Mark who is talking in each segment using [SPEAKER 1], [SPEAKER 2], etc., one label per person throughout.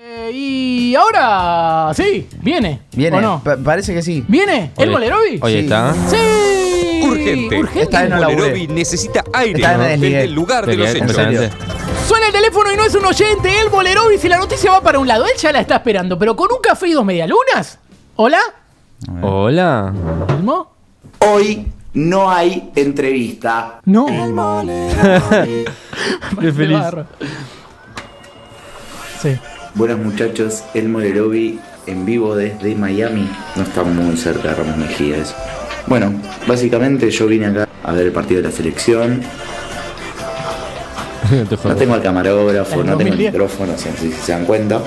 [SPEAKER 1] Eh, y ahora, sí, viene.
[SPEAKER 2] Viene,
[SPEAKER 1] ¿O no?
[SPEAKER 2] pa- parece que sí.
[SPEAKER 1] ¿Viene? ¿El
[SPEAKER 3] Oye.
[SPEAKER 1] Bolerovi?
[SPEAKER 3] Hoy
[SPEAKER 2] Sí.
[SPEAKER 3] está.
[SPEAKER 1] Sí.
[SPEAKER 4] Urgente.
[SPEAKER 2] Esta vez no laburé.
[SPEAKER 4] Bolerovi necesita aire
[SPEAKER 2] Esta vez me
[SPEAKER 4] desde
[SPEAKER 2] desligué.
[SPEAKER 4] el lugar de los
[SPEAKER 3] Peleante,
[SPEAKER 4] hechos.
[SPEAKER 2] serio.
[SPEAKER 3] peleante.
[SPEAKER 1] Suena el teléfono y no es un oyente, el Bolerovi. Si la noticia va para un lado, él ya la está esperando, pero con un café y dos medialunas. ¿Hola?
[SPEAKER 3] Hola.
[SPEAKER 1] ¿Elmo?
[SPEAKER 5] Hoy no hay entrevista.
[SPEAKER 1] No.
[SPEAKER 3] Qué feliz.
[SPEAKER 1] Sí.
[SPEAKER 5] Buenos muchachos, el Molerovi en vivo desde Miami. No está muy cerca de Ramos Mejía eso. Bueno, básicamente yo vine acá a ver el partido de la selección.
[SPEAKER 3] Te
[SPEAKER 5] No
[SPEAKER 3] jodo.
[SPEAKER 5] tengo al camarógrafo,
[SPEAKER 1] El
[SPEAKER 5] no tengo el
[SPEAKER 1] 2010.
[SPEAKER 5] micrófono, si, si se dan cuenta.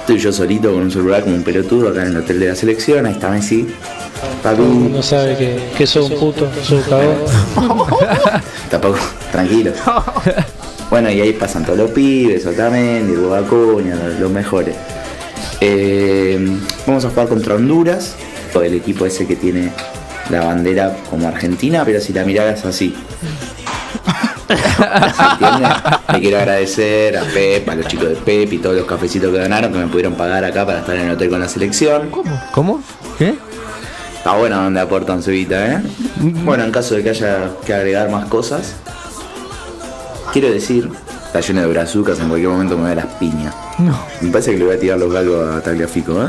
[SPEAKER 5] Estoy yo solito con un celular como un pelotudo acá en el hotel de la selección. Ahí está Messi. Está Kun,
[SPEAKER 6] No sabe que, que soy un puto, soy un cagón.
[SPEAKER 5] Tampoco, tranquilo. Bueno, y ahí pasan todos los pibes, Otamendi, Diego Acuña, los, los mejores. Eh, vamos a jugar contra Honduras, o el equipo ese que tiene la bandera como Argentina, pero si la miraras así. ¿Entiendes? Le quiero agradecer a Pep, a los chicos de Pep y todos los cafecitos que ganaron que me pudieron pagar acá para estar en el hotel con la selección.
[SPEAKER 3] ¿Cómo? ¿Qué?
[SPEAKER 5] Está bueno donde aportan su guita, ¿eh? Bueno, en caso de que haya que agregar más cosas, quiero decir, está lleno de brazucas, en cualquier momento me voy a las piñas. No. Me parece que le voy a tirar los galgos a Tagliafico, ¿eh?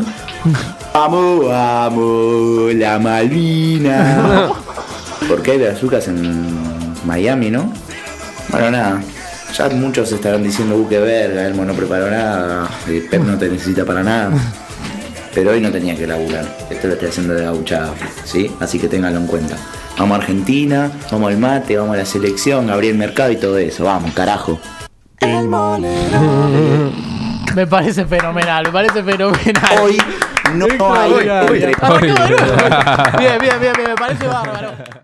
[SPEAKER 5] Amo, amo la Malvina. Porque hay brazucas en Miami, ¿no? Bueno, nada. Ya muchos estarán diciendo, uh, qué verga, Elmo no preparó nada, eh, Pep no te necesita para nada. Pero hoy no tenía que laburar. Esto lo estoy haciendo de gauchada, ¿sí? Así que ténganlo en cuenta. Vamos a Argentina, vamos al mate, vamos a la selección, Gabriel Mercado y todo eso. Vamos, carajo.
[SPEAKER 1] Me parece fenomenal, me parece fenomenal.
[SPEAKER 5] Hoy no hay
[SPEAKER 1] Hoy, hoy.
[SPEAKER 5] entrevista.
[SPEAKER 1] Arrancó de nuevo. Bien, bien, bien, bien, me parece bárbaro.